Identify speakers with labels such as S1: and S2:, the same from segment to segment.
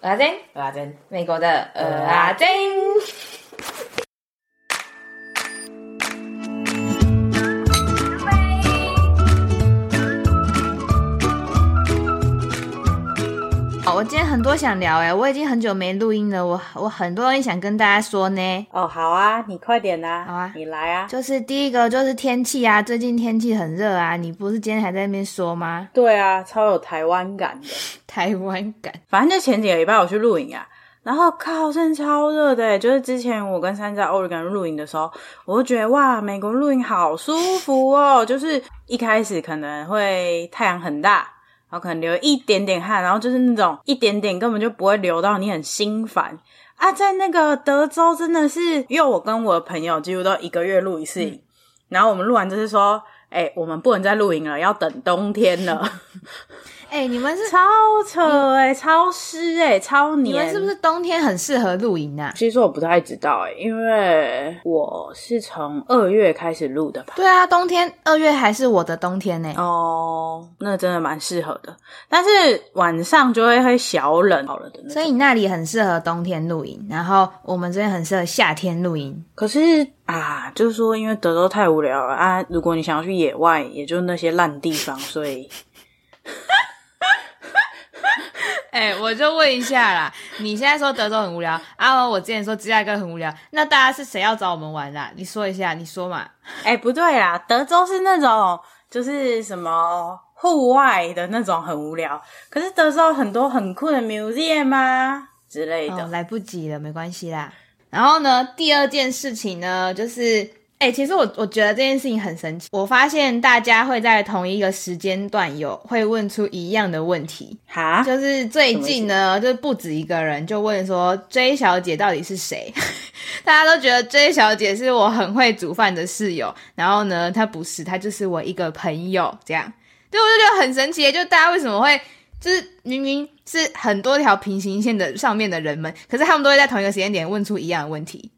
S1: 阿珍，
S2: 阿珍，
S1: 美国的呃阿珍。好，我今天很多想聊哎、我已经很久没录音了，我我很多东西想跟大家说呢。
S2: 哦，好啊，你快点啊，
S1: 好啊
S2: 你来啊。
S1: 就是第一个就是天气啊，最近天气很热啊，你不是今天还在那边说吗？
S2: 对啊，超有台湾感的。
S1: 台湾感，
S2: 反正就前几个礼拜我去露营啊，然后靠，真的超热的欸。就是之前我跟珊在 Oregon 露营的时候，我就觉得哇，美国露营好舒服哦。就是一开始可能会太阳很大，然后可能流一点点汗，然后就是那种一点点根本就不会流到你很心烦。啊，在那个德州真的是，因为我跟我的朋友几乎都一个月露一次营，然后我们录完就是说，哎、我们不能再露营了，要等冬天了。
S1: 哎、你们是
S2: 超扯哎、超湿哎、超黏。
S1: 你们是不是冬天很适合露营啊？
S2: 其实我不太知道哎、因为我是从二月开始录的吧。
S1: 对啊，冬天二月还是我的冬天呢、
S2: 哦，那真的蛮适合的，但是晚上就会会小冷好了的那
S1: 所
S2: 种。
S1: 以你那里很适合冬天露营，然后我们这边很适合夏天露营。
S2: 可是啊，就是说因为德州太无聊了啊，如果你想要去野外，也就那些烂地方，所以
S1: 哎、我就问一下啦，你现在说德州很无聊，啊，我之前说芝加哥很无聊，那大家是谁要找我们玩啊啦？你说一下，你说嘛。
S2: 哎、不对啦，德州是那种就是什么户外的那种很无聊，可是德州很多很酷的 museum 啊之类的。
S1: 哦，来不及了，没关系啦。然后呢，第二件事情呢，就是，哎、其实我我觉得这件事情很神奇，我发现大家会在同一个时间段有会问出一样的问题，
S2: 哈，
S1: 就是最近呢，就是不止一个人就问说 J 小姐到底是谁， 大家都觉得 J 小姐是我很会煮饭的室友，然后呢，她不是，她就是我一个朋友，这样，对，我就觉得很神奇，就大家为什么会就是明明是很多条平行线的上面的人们，可是他们都会在同一个时间点问出一样的问题，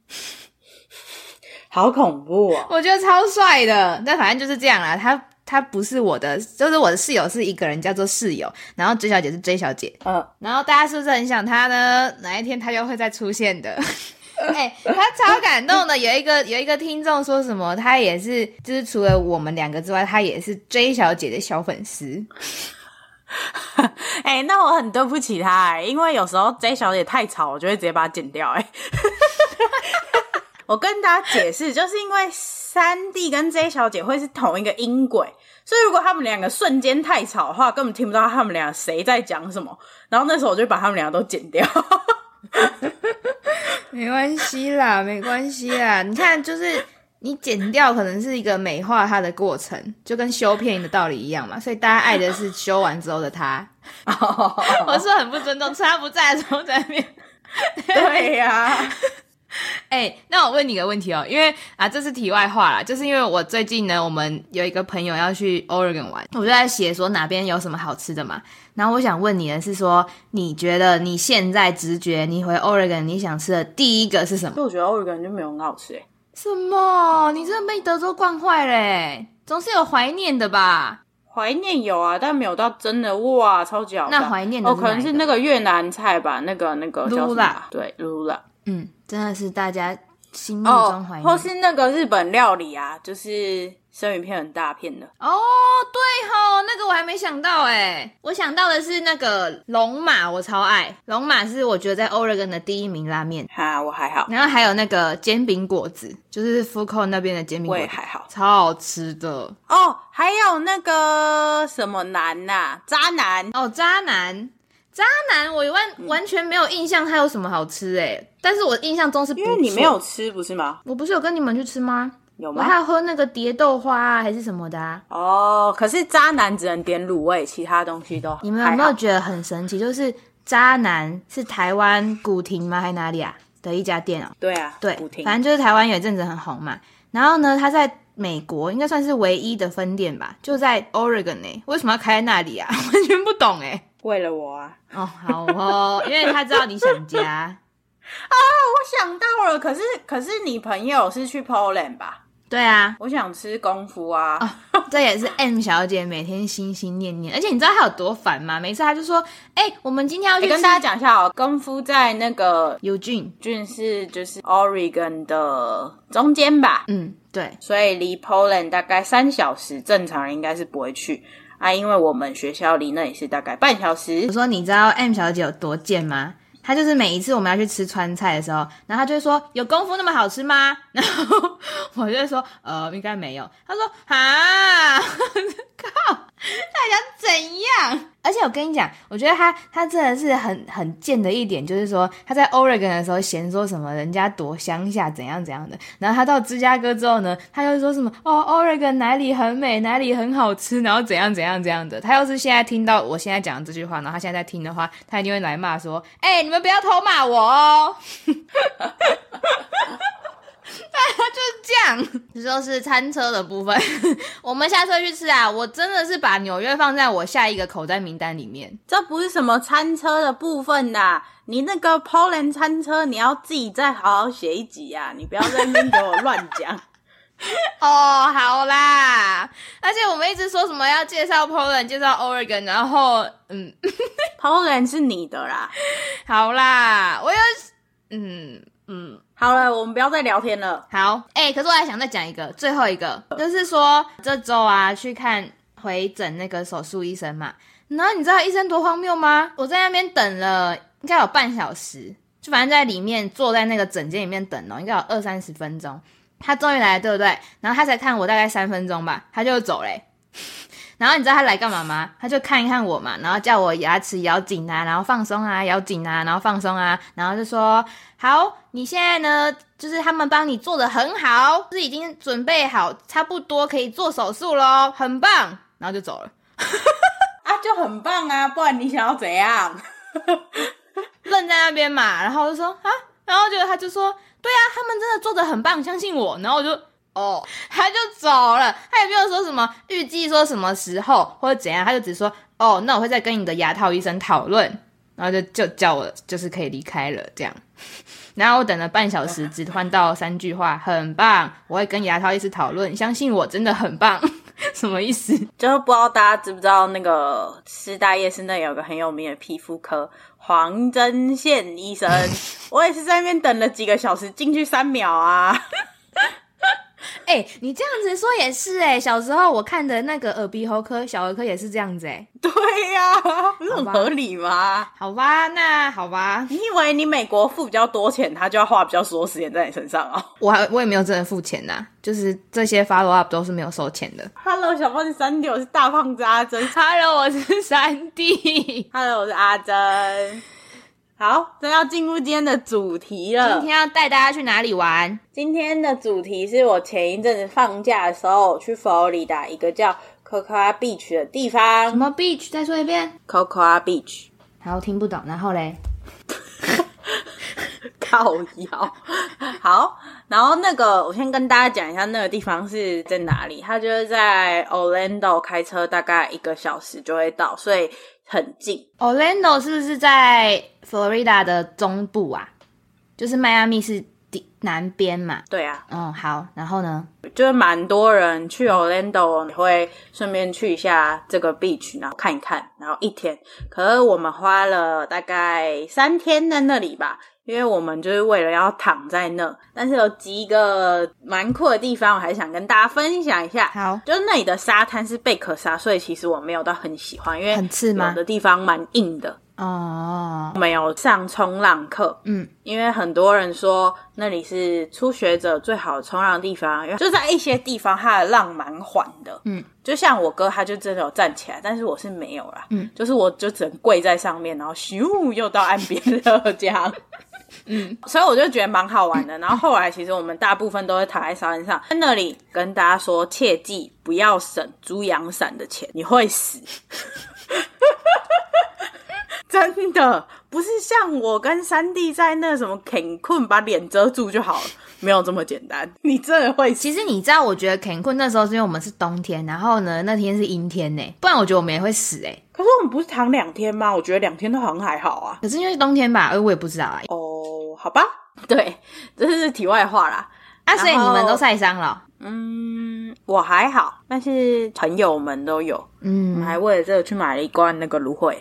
S2: 好恐怖哦！
S1: 我觉得超帅的。但反正就是这样啦，她她不是我的，就是我的室友是一个人叫做室友，然后 J 小姐是 J 小姐，
S2: 呃，
S1: 然后大家是不是很想他呢？哪一天他就会再出现的。 哎、他超感动的。有一个有一个听众说什么，他也是，就是除了我们两个之外，他也是 J 小姐的小粉丝。
S2: 哎、那我很对不起她、哎，因为有时候 J 小姐太吵，我就会直接把她剪掉、哎， 我跟大家解释，就是因为三弟跟 J 小姐会是同一个音轨，所以如果他们两个瞬间太吵的话，根本听不到他们俩谁在讲什么。然后那时候我就把他们俩都剪掉。
S1: 没关系啦， 没关系啦。你看，就是你剪掉，可能是一个美化它的过程，就跟修片的道理一样嘛。所以大家爱的是修完之后的他。我
S2: 哦
S1: 是不是很不尊重，趁他不在的时候在那边
S2: 对呀、
S1: 哎、那我问你个问题哦，因为啊，这是题外话啦，就是因为我最近呢，我们有一个朋友要去 Oregon 玩，我就在写说哪边有什么好吃的嘛。然后我想问你的是说，你觉得你现在直觉你回 Oregon 你想吃的第一个是什么？
S2: 所以我觉得欧人就没有很好吃、哎
S1: 什么？你真的被德州惯坏嘞、总是有怀念的吧？
S2: 怀念有啊，但没有到真的哇，超级好吃。
S1: 那怀念的
S2: 哦，
S1: 是
S2: 可能
S1: 哪一
S2: 是
S1: 个
S2: 那个越南菜吧，那个那个叫什么啊？对，噜啦
S1: 嗯，真的是大家心目中
S2: 哦
S1: 怀，念。
S2: 或是那个日本料理啊，就是生鱼片很大片的。
S1: 哦，对吼，那个我还没想到哎，我想到的是那个龙马，我超爱龙马，是我觉得在 Oregon 的第一名拉面。
S2: 哈，我还好，
S1: 然后还有那个煎饼果子，就是 f u k o 那边的煎饼
S2: 我
S1: 果
S2: 也
S1: 子，
S2: 还好。
S1: 超好吃的
S2: 哦，还有那个什么男呐、渣男。
S1: 哦。渣男，渣男，我
S2: 嗯
S1: 完完全没有印象它有什么好吃哎，但是我印象中是不
S2: 因为你
S1: 错
S2: 没有，吃不是吗？
S1: 我不是有跟你们去吃吗？
S2: 有
S1: 我还
S2: 吗？
S1: 有喝那个蝶豆花啊，还是什么的啊。
S2: 哦，可是渣男只能点卤味，其他东西都
S1: 你们
S2: 还
S1: 有没
S2: 好
S1: 有觉得很神奇？就是渣男是台湾古亭吗？还是哪里啊的一家店哦、
S2: 对啊，
S1: 对
S2: 不，听
S1: 反正就是台湾有一阵子很红嘛。然后呢，他在美国应该算是唯一的分店吧，就在 Oregon 呢、为什么要开在那里啊？ 完全不懂哎、
S2: 为了我啊。
S1: 哦，好哦，因为他知道你想家。
S2: 我想到了，可是可是你朋友是去 Poland 吧？
S1: 对啊，
S2: 我想吃功夫啊，
S1: 这也是 M 小姐每天心心念念，而且你知道她有多烦吗？每次她就说：“哎、我们今天要
S2: 欸
S1: 去
S2: 跟
S1: 杀
S2: 大家讲一下哦，功夫在那个
S1: 尤俊。
S2: 郡是就是 Oregon 的中间吧”，
S1: 嗯，对，
S2: 所以离 Poland 大概三小时，正常人应该是不会去啊，因为我们学校离那里是大概半小时
S1: 我。说你知道 M 小姐有多贱吗？她就是每一次我们要去吃川菜的时候，然后她就会说：“有功夫那么好吃吗？” 然后我就会说：“呃，应该没有。”她说：“啊，靠，她想怎样？”而且我跟你讲，我觉得她她真的是很很贱的一点，就是说她在 Oregon 的时候嫌说什么人家多乡下怎样怎样的，然后她到芝加哥之后呢，她又说什么哦 Oregon 哪里很美，哪里很好吃，然后怎样怎样怎样的。她要是现在听到我现在讲的这句话，然后她现在在听的话，她一定会来骂说，哎、你们不要偷骂我哦。 就是这样，这就是餐车的部分。我们下次会去吃啊！我真的是把纽约放在我下一个口袋名单里面。
S2: 这不是什么餐车的部分呐、你那个 Poland 餐车你要自己再好好写一集啊，你不要在那边给我乱 讲。
S1: 哦，好啦，而且我们一直说什么要介绍 Poland，介绍 Oregon，然后嗯，
S2: Poland 是你的啦。
S1: 好啦，我又嗯嗯
S2: 好了，我们不要再聊天了。
S1: 好，哎、可是我还想再讲一个，最后一个就是说这周啊去看回诊那个手术医生嘛，然后你知道医生多荒谬吗？我在那边等了应该有半小时，就反正在里面坐在那个诊间里面等哦，应该有二三十分钟。他终于来了，对不对？然后他才看我大概三分钟吧，他就走嘞、 然后你知道他来干嘛吗？他就看一看我嘛，然后叫我牙齿咬紧啊，然后放松啊，咬紧啊，然后放松啊，然后就说好，你现在呢，就是他们帮你做的很好，就是已经准备好，差不多可以做手术喽，很棒，然后就走了。
S2: 啊，就很棒啊，不然你想要怎样？
S1: 愣在那边嘛，然后我就说啊，然后就他就说，对啊，他们真的做的很棒，相信我。然后我就哦，他就走了，他也没有说什么预计说什么时候或者怎样，他就只说哦，那我会再跟你的牙套医生讨论，然后就就叫我就是可以离开了这样。 然后我等了半小时，只换到三句话，很棒，我会跟牙套医师讨论，相信我，真的很棒， 什么意思？
S2: 就是不知道大家知不知道那个师大夜市那有个很有名的皮肤科黄针宪医 生，我也是在那边等了几个小时，进去三秒啊。
S1: 哎、你这样子说也是哎、小时候我看的那个耳鼻喉科小儿科也是这样子哎、
S2: 对呀、不是很合理吗？
S1: 好吧，那好吧，
S2: 你以为你美国付比较多钱，他就要花比较多时间在你身上哦
S1: 我还我也没有真的付钱呐、就是这些 follow up 都是没有收钱的。
S2: ？Hello，小胖子三六是大胖子阿珍
S1: Hello，我是三弟，
S2: ，Hello，我是阿珍。好，这要进入今天的主题了。
S1: 今天要带大家去哪里玩？
S2: 今天的主题是我前一阵子放假的时候去佛罗里达一个叫 Cocoa Beach 的地
S1: 什
S2: 方。
S1: 么 beach？再说一遍。
S2: Cocoa Beach，
S1: 好，听不懂。然后嘞，
S2: 靠腰。好，然后那个我先跟大家讲一下那个地方是在哪里，它就是在 Orlando 开车大概一个小时就会到，所以很近。
S1: Orlando 是不是在 Florida 的中部啊？就是迈阿密是底南边嘛。
S2: 对啊，
S1: 嗯，好。然后呢？
S2: 就是蛮多人去 Orlando 你会顺便去一下这个 beach，然后看一看，然后一天。可是我们花了大概三天在那里吧，因为我们就是为了要躺在那。但是有几个蛮酷的地方，我还想跟大家分享一下。
S1: 好
S2: 就是那里的沙滩是贝壳沙，所以其实我没有到很喜欢，因为
S1: 很刺吗
S2: 有的地方蛮硬的。
S1: 哦，
S2: 没有上冲浪课，
S1: 嗯，
S2: 因为很多人说那里是初学者最好的冲浪地方，因为就在一些地方它的浪蛮缓的，
S1: 嗯，
S2: 就像我哥他就真的有站起来，但是我是没有啦，
S1: 嗯，
S2: 就是我就只能跪在上面，然后咻又到岸边了这样。嗯，所以我就觉得蛮好玩的。然后后来，其实我们大部分都会躺在沙滩上，在那里跟大家说，切记不要省猪羊伞的钱，你会死。 真的不是像我跟三弟在那什么肯困把脸遮住就好了，没有这么简单。你真的会
S1: 其实你知道，我觉得 Cancun 那时候是因为我们是冬天，然后呢那天是阴天呢，不然我觉得我们也会死哎。
S2: 可是我们不是躺两天吗？我觉得两天都好像还好啊。
S1: 可哎 是因为冬天吧，呃我也不知道啊。
S2: 哦，好吧，对，这是题外话啦。
S1: 啊，所以你们都晒伤了。
S2: 嗯，我还好，但是朋友们都有，我们
S1: 嗯，
S2: 还为了这个去买了一罐那个芦荟，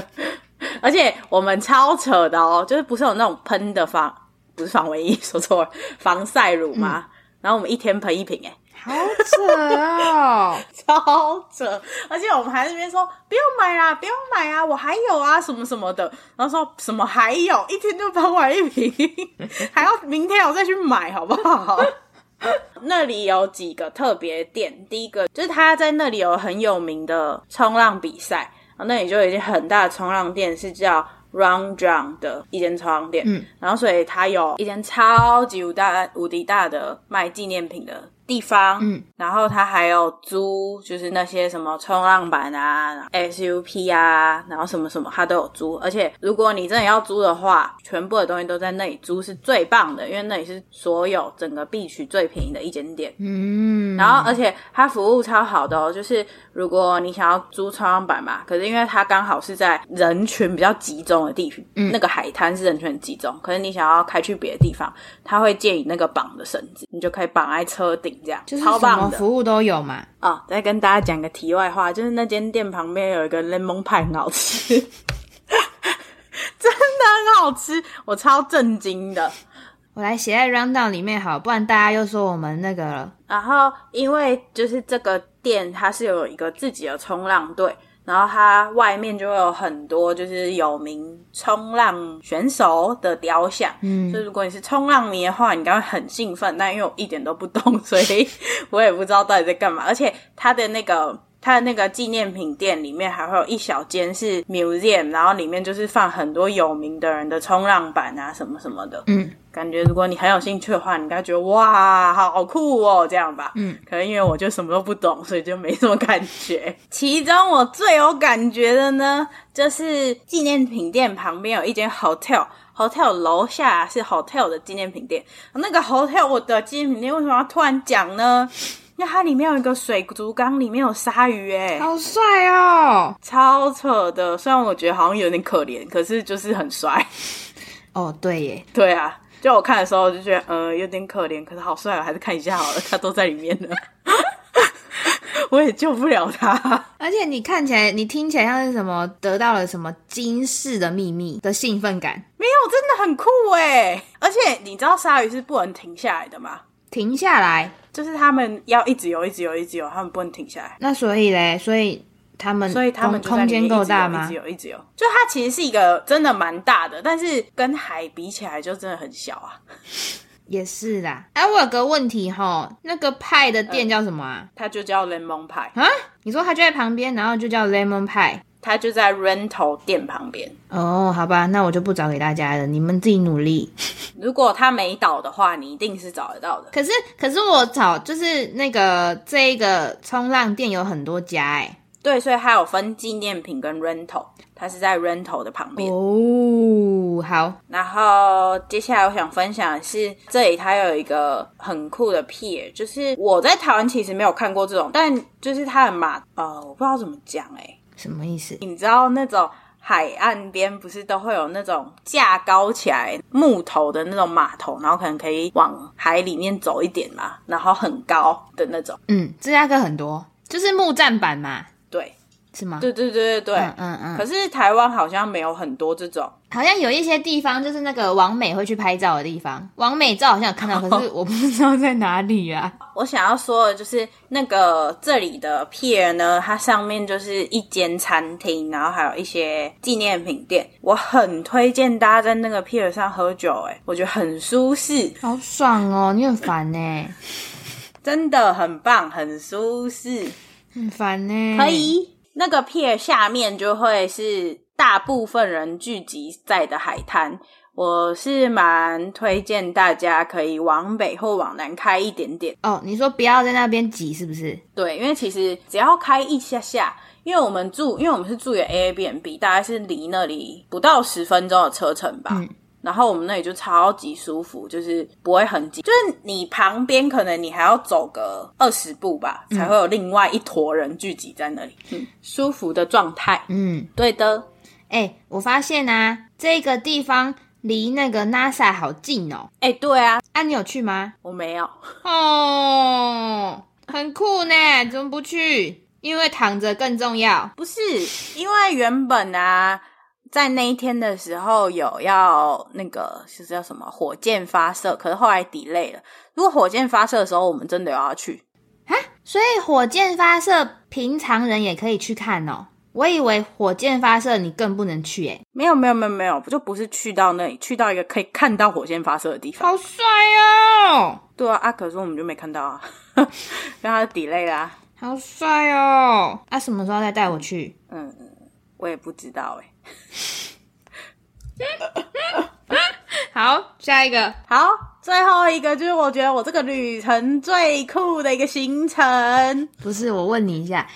S2: 而且我们超扯的哦，就是不是有那种喷的防，不是防蚊液，说错了，防晒乳吗？然后我们一天喷一瓶、哎，
S1: 好扯哦！
S2: 超扯！而且我们还在那边说不要买啦，不要买啊，我还有啊，什么什么的。然后说什么还有，一天就喷完一瓶，还要明天我再去买，好不好？那里有几个特别店，第一个就是他在那里有很有名的冲浪比赛，然后那里就有一间很大的冲浪店，是叫 Round Drown 的一间冲浪店。
S1: 嗯，
S2: 然后所以它有一间超级无大无敌大的卖纪念品的地方。
S1: 嗯，
S2: 然后它还有租，就是那些什么冲浪板啊、SUP 啊，然后什么什么，它都有租。而且如果你真的要租的话，全部的东西都在那里租是最棒的，因为那里是所有整个 B 区最便宜的一间店。
S1: 嗯，
S2: 然后，而且它服务超好的哦，就是如果你想要租冲浪板嘛，可是因为它刚好是在人群比较集中的地区，
S1: 嗯
S2: 那个海滩是人群很集中，可是你想要开去别的地方，它会借你那个绑的绳子，你就可以绑在车顶这样，
S1: 就是
S2: 超
S1: 什
S2: 棒
S1: 么
S2: 的
S1: 服务都有嘛。
S2: 哦！再跟大家讲个题外话，就是那间店旁边有一个 lemon 派很好吃， 真的很好吃，我超震惊的。
S1: 我来写在 round down 里面好，不然大家又说我们那个了。
S2: 然后因为就是这个店它是有一个自己的冲浪队，然后它外面就会有很多就是有名冲浪选手的雕像。
S1: 嗯
S2: 所以如果你是冲浪迷的话，你应该会很兴奋。但因为我一点都不懂，所以我也不知道到底在干嘛。而且它的那个它的那个纪念品店里面还会有一小间是 museum，然后里面就是放很多有名的人的冲浪板啊什么什么的。
S1: 嗯，
S2: 感觉如果你很有兴趣的话，你应该觉得哇，好酷哦，这样吧。
S1: 嗯，
S2: 可能因为我就什么都不懂，所以就没什么感觉。 其中我最有感觉的呢，就是纪念品店旁边有一间 hotel。hotel 楼下是 hotel 的纪念品店，那个 hotel 我的纪念品店为什么要突然讲呢？因为它里面有一个水族缸，里面有鲨鱼、欸，
S1: 好帅哦！
S2: 超扯的。虽然我觉得好像有点可怜，可是就是很帅。
S1: 哦，对耶，
S2: 对啊，就我看的时候就觉得呃有点可怜，可是好帅哦，还是看一下好了， 他都在里面了，我也救不了 他。
S1: 而且你看起来，你听起来像是什么得到了什么惊世的秘密的兴奋感。
S2: 没有，真的很酷哎！而且你知道鲨鱼是不能停下来的吗？
S1: 停下来，
S2: 就是他们要一直游，一直游，一直游，他们不能停下来。
S1: 那所以嘞，所以他们
S2: 所以他们
S1: 嗯空
S2: 就在
S1: 空
S2: 里面
S1: 间够大
S2: 一
S1: 吗
S2: 直？游，一直游，一直游就它其实是一个真的蛮大的，但是跟海比起来就真的很小啊。
S1: 也是啦。哎、我有个问题哈，那个派的店叫什么啊？
S2: 它就叫 Lemon Pie，
S1: 啊，你说它就在旁边，然后就叫 Lemon Pie。
S2: 它就在 Rental 店旁边。
S1: 哦，好吧，那我就不找给大家了，你们自己努力。
S2: 如果它没倒的话，你一定是找得到的。
S1: 可是，可是我找就是那个这一个冲浪店有很多家哎、
S2: 对，所以它有分纪念品跟 rental，它是在 rental 的旁边。
S1: 哦，好，
S2: 然后接下来我想分享的是，这里它有一个很酷的 pier，就是我在台湾其实没有看过这种，但就是它的码，呃，我不知道怎么讲哎、
S1: 什么意思？
S2: 你知道那种海岸边不是都会有那种架高起来木头的那种码头，然后可能可以往海里面走一点嘛，然后很高的那种，
S1: 嗯，芝加哥很多，就是木栈板嘛，
S2: 对，
S1: 是吗？
S2: 对对对对对。
S1: 嗯嗯嗯。
S2: 可是台湾好像没有很多这种。
S1: 好像有一些地方就是那个王美会去拍照的地方，王美照好像有 看到，可是我不知道在哪里啊。
S2: 我想要说的就是那个这里的 pier 呢，它上面就是一间餐厅，然后还有一些纪念品店。我很推荐大家在那个 pier 上喝酒、欸，我觉得很舒适，
S1: 好爽哦，你很烦呢、
S2: 真的很棒，很舒适。
S1: 很烦呢、
S2: 可，以，那个 pier 下面就会是大部分人聚集在的海滩。我是蛮推荐大家可以往北或往南开一点点。
S1: 哦，你说不要在那边挤是不是？
S2: 对，因为其实只要开一下下，因为我们住，因为我们是住的 Airbnb，大概是离那里不到十分钟的车程吧。
S1: 嗯
S2: 然后我们那里就超级舒服，就是不会很挤，就是你旁边可能你还要走个二十步吧，才会有另外一坨人聚集在那里，嗯、舒服的状态。
S1: 嗯，
S2: 对的，
S1: 哎、我发现啊，这个地方离那个 NASA 好近哦。
S2: 哎、对啊，
S1: 啊，你有去吗？
S2: 我没有，
S1: 哦，很酷呢，怎么不去？因为躺着更重要。
S2: 不是因为原本啊，在那一天的时候有要那个是叫什么火箭发射，可是后来 delay 了。如果火箭发射的时候，我们真的有要去，
S1: 所以火箭发射，平常人也可以去看哦。我以为火箭发射你更不能去哎诶，
S2: 没有没有没有没有，就不是去到那里，去到一个可以看到火箭发射的地方。
S1: 好帅哦，
S2: 对啊，啊，可是我们就没看到啊， 然后 delay 啊啦、
S1: 好帅哦！啊，什么时候再带我去？
S2: 嗯我也不知道哎、
S1: 好，下一个，
S2: 好，最后一个就是我觉得我这个旅程最酷的一个行程，
S1: 不是我问你一下，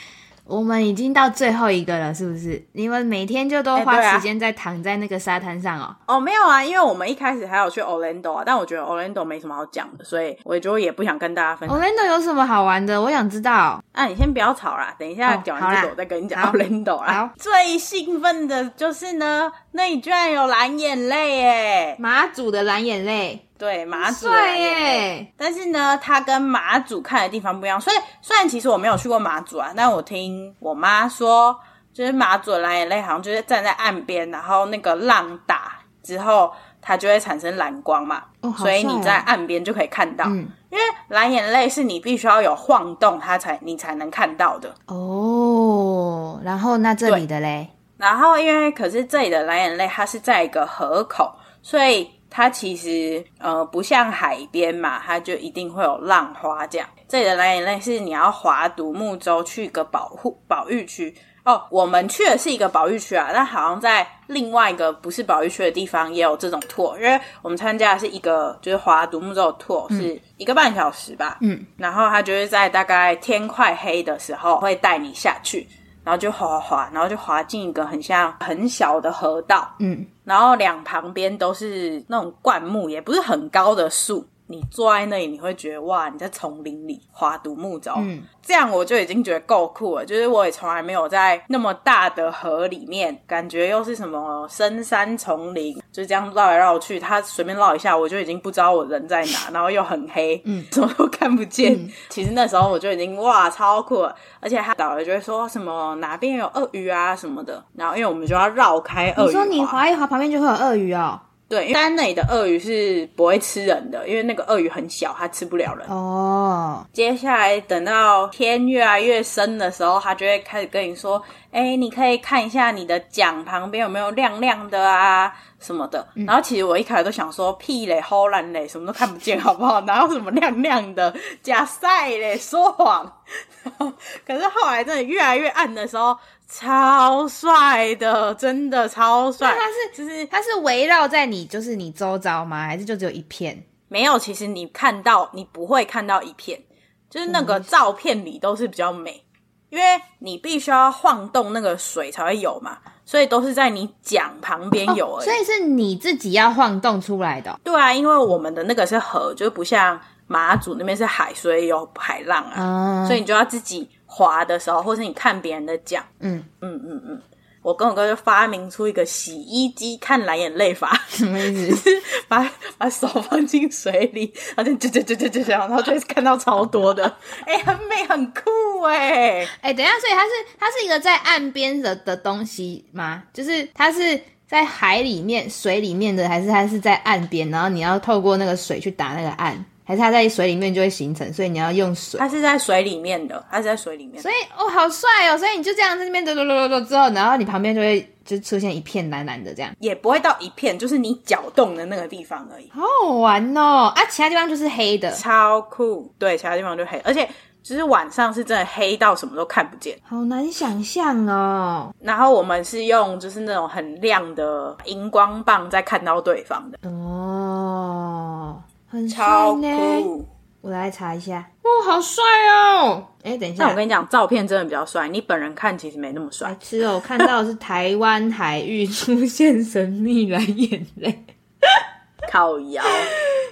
S1: 我们已经到最后一个了，是不是？你们每天就都
S2: 哎
S1: 花
S2: 对啊
S1: 时间在躺在那个沙滩上哦？
S2: 哦，没有啊，因为我们一开始还有去 Orlando 啊，但我觉得 Orlando 没什么好讲的，所以我就也不想跟大家分享。
S1: 我们那有什么好玩的？我想知道。
S2: 那、你先不要吵啦，等一下
S1: 哦
S2: 讲
S1: 好
S2: 完这
S1: 啦
S2: 个我再跟你讲
S1: 好
S2: Orlando 啦
S1: 好。
S2: 最兴奋的就是呢，那里居然有蓝眼泪耶！
S1: 马祖的蓝眼泪，
S2: 对，啊马祖的
S1: 帅
S2: 蓝眼泪。
S1: 耶！
S2: 但是呢，它跟马祖看的地方不一样，所以虽然其实我没有去过马祖啊，但我听我妈说，就是马祖的蓝眼泪好像就是站在岸边，然后那个浪打之后，它就会产生蓝光嘛，
S1: 哦好
S2: 所以
S1: 帅
S2: 你
S1: 哦
S2: 在岸边就可以看到。
S1: 嗯
S2: 因为蓝眼泪是你必须要有晃动，它才你才能看到的。
S1: 哦，然后那这里的嘞？
S2: 然后因为可是这里的蓝眼泪它是在一个河口，所以它其实呃不像海边嘛，它就一定会有浪花这样。这里的蓝眼泪是你要划独木舟去一个保护保育区。哦，我们去的是一个保育区啊，但好像在另外一个不是保育区的地方也有这种 tour，因为我们参加的是一个就是划独木舟的 tour，、是一个半小时吧，
S1: 嗯，
S2: 然后他就是在大概天快黑的时候会带你下去，然后就滑滑滑，然后就滑进一个很像很小的河道，
S1: 嗯，
S2: 然后两旁边都是那种灌木，也不是很高的树。你坐在那里，你会觉得哇，你在丛林里划独木舟，
S1: 嗯，
S2: 这样我就已经觉得够酷了。就是我也从来没有在那么大的河里面，感觉又是什么深山丛林，就这样绕来绕去，它随便绕一下，我就已经不知道我人在 哪，然后又很黑，嗯，什么都看不见。
S1: 嗯
S2: 其实那时候我就已经哇，超酷了，而且他导游就会说什么哪边有鳄鱼啊什么的，然后因为我们就要绕开鳄鱼
S1: 你说你
S2: 滑
S1: 划一划，旁边就会有鳄鱼哦。
S2: 对，因为丹那里的鳄鱼是不会吃人的，因为那个鳄鱼很小，它吃不了人。
S1: 哦，
S2: 接下来等到天越来越深的时候，它就会开始跟你说：“哎、你可以看一下你的桨旁边有没有亮亮的啊什么的。然后其实我一开始都想说：“屁嘞，齁烂嘞，什么都看不见，好不好？哪有什么亮亮的？假赛嘞，说谎。” 可是后来真的越来越暗的时候，超帅的，真的超帅。
S1: 它是
S2: 就是
S1: 它是围绕在你，就是你周遭吗？还是就只有一片？
S2: 没有，其实你看到你不会看到一片，就是那
S1: 嗯
S2: 个照片里都是比较美，因为你必须要晃动那个水才会有嘛，所以都是在你桨旁边有而已。
S1: 哦所以是你自己要晃动出来的哦、
S2: 对啊，因为我们的那个是河，就不像马祖那边是海，所以有海浪啊，
S1: 啊
S2: 所以你就要自己划的时候，或是你看别人的桨。
S1: 嗯，
S2: 嗯嗯嗯，我跟我哥就发明出一个洗衣机看蓝眼泪法。
S1: 什么意思？
S2: 把把手放进水里，然后就就就就就就这样然后就会看到超多的，哎、很美很酷哎、
S1: 哎、等一下，所以它是它是一个在岸边的的东西吗？就是它是在海里面、水里面的，还是它是在岸边？然后你要透过那个水去打那个岸，还是它在水里面就会形成？所以你要用水。
S2: 它是在水里面的，它是在水里面。
S1: 所以哦，好帅哦！所以你就这样在那边走走走走走之后，然后你旁边就会就出现一片蓝蓝的这样，
S2: 也不会到一片，就是你搅动的那个地方而已，
S1: 好好玩哦！啊，其他地方就是黑的，
S2: 超酷。对，其他地方就黑，而且就是晚上是真的黑到什么都看不见。
S1: 好难想象哦。
S2: 然后我们是用就是那种很亮的荧光棒在看到对方的，
S1: 哦，很
S2: 超
S1: 帅呢。
S2: 酷。
S1: 我来查一下，哦，好帅哦！哎，等一
S2: 那
S1: 下
S2: 我，跟你讲，照片真的比较帅，你本人看其实没那么帅
S1: 白。痴哦！我看到的是台湾海域出现神秘蓝眼 泪。
S2: 靠腰。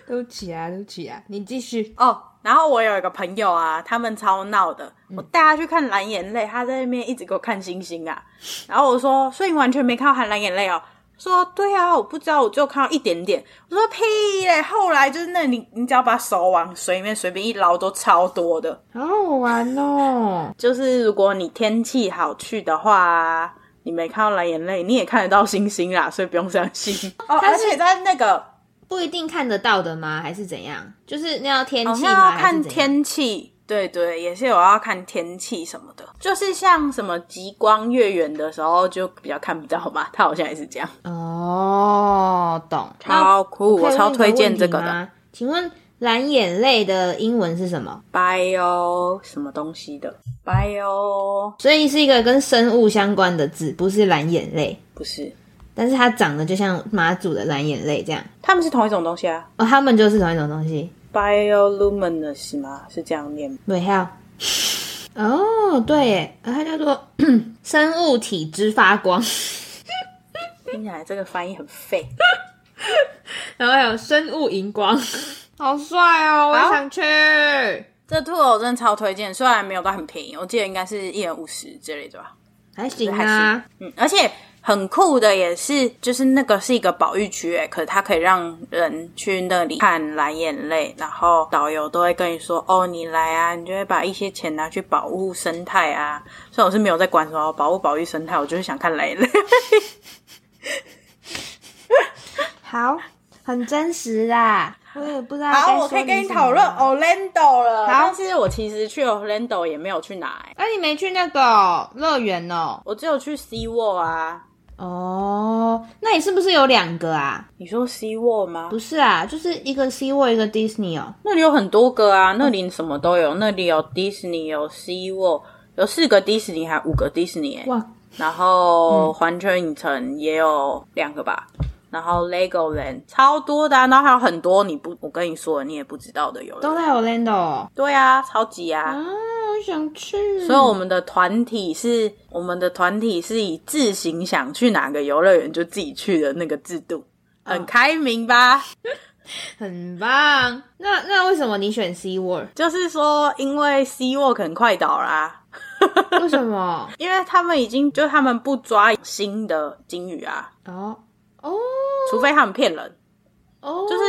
S1: 对不起啊，对不起啊，你继续。
S2: 哦，然后我有一个朋友啊，他们超闹的，我带他去看蓝眼泪，他在那边一直给我看星星啊，然后我说，所以你完全没看到含蓝眼泪哦。说对啊，我不知道，我就看到一点点。我说屁嘞！后来就是那你你只要把手往水里面随便一捞，都超多的。
S1: 好好玩哦。
S2: 就是如果你天气好去的话，你没看到蓝眼泪，你也看得到星星啦，所以不用相信。 哦，
S1: 它
S2: 而
S1: 是
S2: 且在那个
S1: 不一定看得到的吗？还是怎样？就是那要天
S2: 好
S1: 气
S2: 像
S1: 吗？
S2: 哦要
S1: 还是
S2: 看
S1: 怎样
S2: 天气，对对，也是有要看天气什么的。就是像什么极光月圆的时候就比较看不到嘛，它好像也是 这样，
S1: 哦，懂。那
S2: 超酷，我超推荐这个
S1: 可以问一个问题
S2: 的。
S1: 吗请问蓝眼泪的英文是什么？
S2: bio 什么东西的 bio
S1: 所以是一个跟生物相关的字，不是蓝眼泪，
S2: 不是，
S1: 但是它长得就像马祖的蓝眼泪这样。
S2: 他们是同一种东西啊
S1: 哦，它们就是同一种东西。
S2: ，bioluminous 吗？是这样念吗？
S1: 对， 还有哦，对耶，啊它叫做 生物体之发 光，
S2: 听起来这个翻译很废。
S1: 然后还有生物荧光，好帅哦，我也想去。
S2: 这 tour 我真的超推荐，虽然没有到很便宜，我记得应该是一人五十之类的吧。
S1: 还行
S2: 还行
S1: 啊，
S2: 嗯，而且很酷的也是，就是那个是一个保育区，哎，可是它可以让人去那里看蓝眼泪，然后导游都会跟你说，哦，你来啊，你就会把一些钱拿去保护生态啊。虽然我是没有在管什么保护保育生态，我就是想看蓝眼泪。
S1: 好，很真实啦。我也不知道。
S2: 好，我可以跟你
S1: 啊
S2: 讨论哦 Orlando
S1: 好
S2: 了，但是我其实去 Orlando 也没有去哪、哎
S1: 那、你没去那个哦乐园哦？
S2: 我只有去 Sea World 啊。
S1: 哦，那你是不是有两个啊？
S2: 你说 Sea World 吗？
S1: 不是啊，就是一个 C 位，一个 Disney 哦。
S2: 那里有很多个啊，那里什么都有，那里有迪士尼，有 Sea World，有四个迪士尼，还五个迪士尼、欸，
S1: 哇，嗯
S2: 然后环球影城也有两个吧，然后 Legoland 超多的、啊，然后还有很多你不，我跟你说你也不知道的有
S1: 都
S2: 人，
S1: 在 Orlando 哦。
S2: 对啊，超级
S1: 啊，
S2: 啊。
S1: 我想去。
S2: 所以我们的团体是，我们的团体是以自行想去哪个游乐园就自己去的那个制度，
S1: 嗯
S2: 很开明吧？
S1: 很棒。那那为什么你选 C World？
S2: 就是说，因为 Sea World 很快倒啦、
S1: 为什么？
S2: 因为他们已经就他们不抓新的金鱼啊，
S1: 哦哦
S2: 除非他们骗人，
S1: 哦，
S2: 就是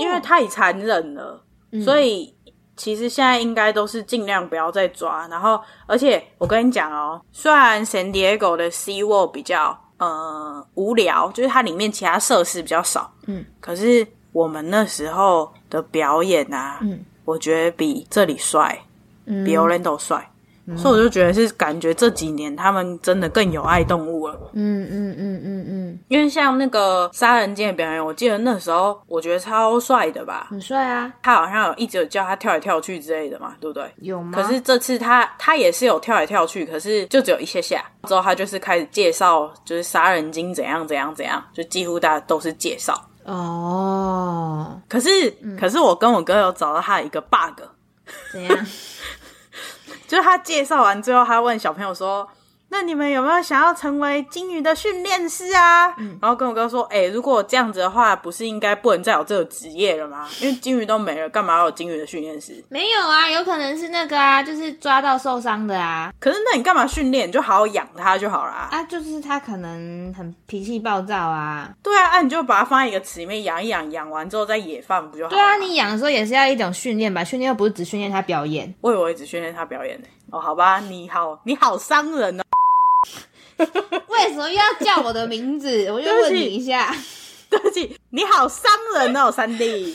S2: 因为太残忍了，
S1: 嗯
S2: 所以其实现在应该都是尽量不要再抓。然后，而且我跟你讲哦，虽然 San Diego 的 Sea World 比较呃无聊，就是它里面其他设施比较少，
S1: 嗯，
S2: 可是我们那时候的表演啊，
S1: 嗯，
S2: 我觉得比这里帅，
S1: 嗯
S2: 比 Orlando 帅。所以我就觉得是感觉这几年他们真的更有爱动物了，
S1: 嗯嗯嗯嗯嗯，
S2: 因为像那个杀人剑的表演，我记得那时候我觉得超帅的吧，
S1: 很帅啊，
S2: 他好像有一直有叫他跳来跳去之类的嘛，对不对？
S1: 有吗？
S2: 可是这次他他也是有跳来跳去，可是就只有一些下。之后他就是开始介绍，就是杀人精怎样怎样怎样，就几乎大家都是介绍。
S1: 哦，
S2: 可是、可是我跟我哥有找到他一个 bug，
S1: 怎样？
S2: 就是他介绍完之后，他问小朋友说：“那你们有没有想要成为金鱼的训练师啊？”
S1: 嗯
S2: 然后跟我哥说：“哎、如果这样子的话，不是应该不能再有这个职业了吗？因为金鱼都没了，干嘛要有金鱼的训练师？
S1: 没有啊，有可能是那个啊，就是抓到受伤的啊，
S2: 可是那你干嘛训练？你就好好养它就好啦。
S1: 啊，就是他可能很脾气暴躁啊。
S2: 对啊，啊你就把它放在一个池里面养一养，养完之后再野放不就好了？
S1: 对啊，你养的时候也是要一种训练吧，训练又不是只训练他表演。
S2: 我以为只训练它表演呢、哦，好吧，你好，你好伤人哦。
S1: 为什么又要叫我的名字？我就问你一下，乱
S2: 对不起，你好伤人哦，三弟。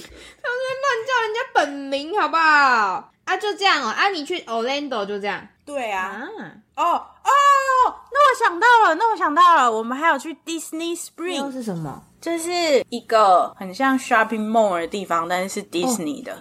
S1: 叫人家本名好不好？啊，就这样哦。啊，你去 Orlando 就这样
S2: 对啊，
S1: 啊？
S2: 哦哦，那我想到了，那我想到了，我们还有去 Disney
S1: 又
S2: Spring，
S1: 是什么？
S2: 就是一个很像 shopping mall 的地方，但是是 Disney 的。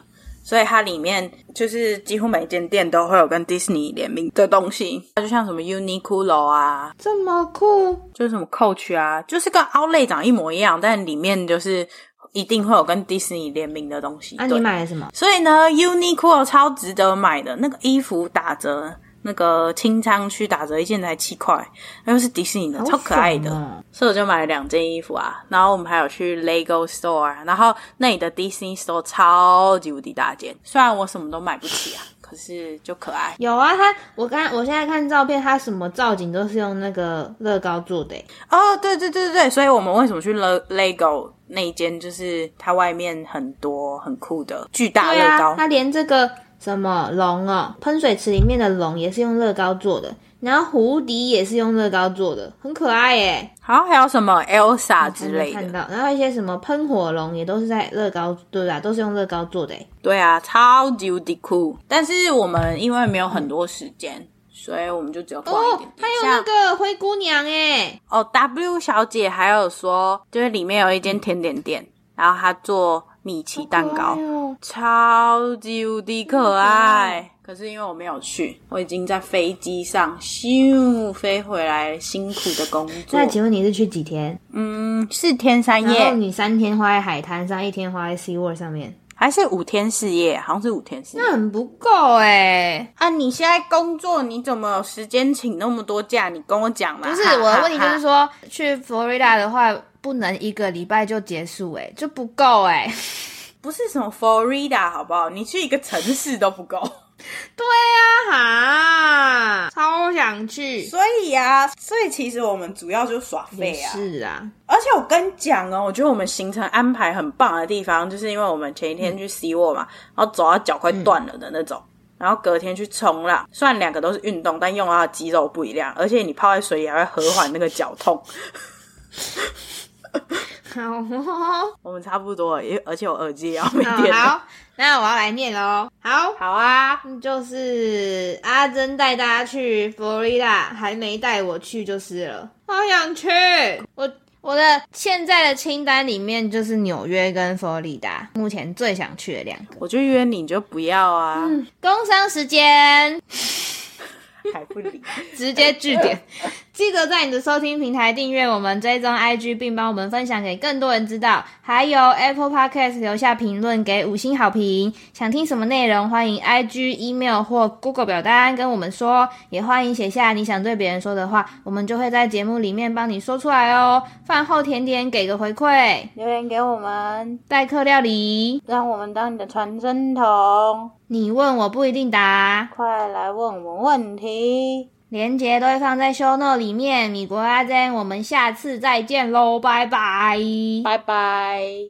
S2: 所以它里面就是几乎每间店都会有跟 Disney 联名的东西，它就像什么 Uniqlo 啊，
S1: 这么酷？
S2: 就是什么 Coach 啊，就是跟 Outlet 长一模一样，但里面就是一定会有跟迪士尼联名的东西。
S1: 啊，
S2: 对
S1: 你。买了什么？
S2: 所以呢，Uniqlo 超值得买的，那个衣服打折，那个呃清仓区打折一件才七块，那又是迪士尼的，超可爱的。
S1: 好爽哦
S2: 所以我就买了两件衣服啊，然后我们还有去 LEGO Store，然后那里的 Disney Store 超级无敌大间，虽然我什么都买不起啊，可是就可爱。
S3: 有啊，他我刚我现在看照片，他什么造景都是用那个乐高做的欸、
S2: 哦，对对对对对，所以我们为什么去 Le- LEGO 那一间，就是它外面很多很酷的巨大
S3: 对
S2: 乐
S3: 啊，
S2: 高，
S3: 他连这个什么龙哦，喷水池里面的龙也是用乐高做的，然后蝴蝶也是用乐高做的，很可爱耶、
S2: 好像还有什么 Elsa 之类
S3: 还没看
S2: 的。
S3: 到，然后一些什么喷火龙也都是在乐高，对不对啊？都是用乐高做的耶。
S2: 对啊，超级无敌酷。但是我们因为没有很多时间，所以我们就只有逛一
S3: 哦
S2: 点，点。
S3: 还有那
S2: 像
S3: 个灰姑娘
S1: 欸
S3: 哎，
S2: 哦，W 小姐还有说，就是里面有一间甜点店，然后她做米奇蛋糕
S3: 好可，爱哦
S2: 超级无敌可爱。可是因为我没有去，我已经在飞机上咻飞回来，辛苦的工作
S3: 那。请问你是去几天？
S2: 嗯，四天三
S3: 然后
S2: 夜
S3: 你三天花在海滩上，一天花在 Sea World 上面，
S2: 还是五天四夜？好像是五天四夜
S1: 那。很不够哎、
S2: 啊，你现在工作，你怎么有时间请那么多假？你跟我讲嘛。
S1: 不是
S2: 哈
S1: 我的问题就是，
S2: 哈哈
S1: 说，去佛罗里达的话，不能一个礼拜就结束、欸，就不够哎、
S2: 不是什么 Florida 好不好？你去一个城市都不够。
S1: 啊 哈，超想去。
S2: 所以呀、所以其实我们主要就耍
S1: 也
S2: 废啊。
S1: 是 啊，
S2: 而且我跟你讲哦，我觉得我们行程安排很棒的地方，就是因为我们前一
S1: 嗯
S2: 天去 C 沃嘛，然后走到脚快断了的那种，然后隔天去冲浪，虽然两个都是运动，但用到的肌肉不一样，而且你泡在水里还会和缓那个脚 痛。
S1: 好 哦，
S2: 我们差不多了，因为而且我耳机也要没电了。
S1: 好，那我要来念喽。好，
S2: 好啊，
S1: 就是阿珍带大家去佛罗里达，还没带我去就是了。好想去，我我的现在的清单里面就是纽约跟佛罗里达，目前最想去的两个。
S2: 我就约你，你就不要啊，
S1: 工商时间。
S2: 还不理。
S1: 直接据点。 记得在你的收听平台订阅我们、追踪 IG，并帮我们分享给更多人知道。还有 Apple Podcast 留下评论给五星好评。想听什么内容，欢迎 IG、email 或 Google 表单跟我们说，也欢迎写下你想对别人说的话，我们就会在节目里面帮你说出来哦。饭后甜点给个回馈，
S2: 留言给我们，
S1: 代客料理，
S2: 让我们当你的传声筒，
S1: 你问我不一定答。
S2: 快来问我们问题。
S1: 连结都会放在 show note 里面。米国阿珍，我们下次再见喽，拜拜。
S2: 拜拜。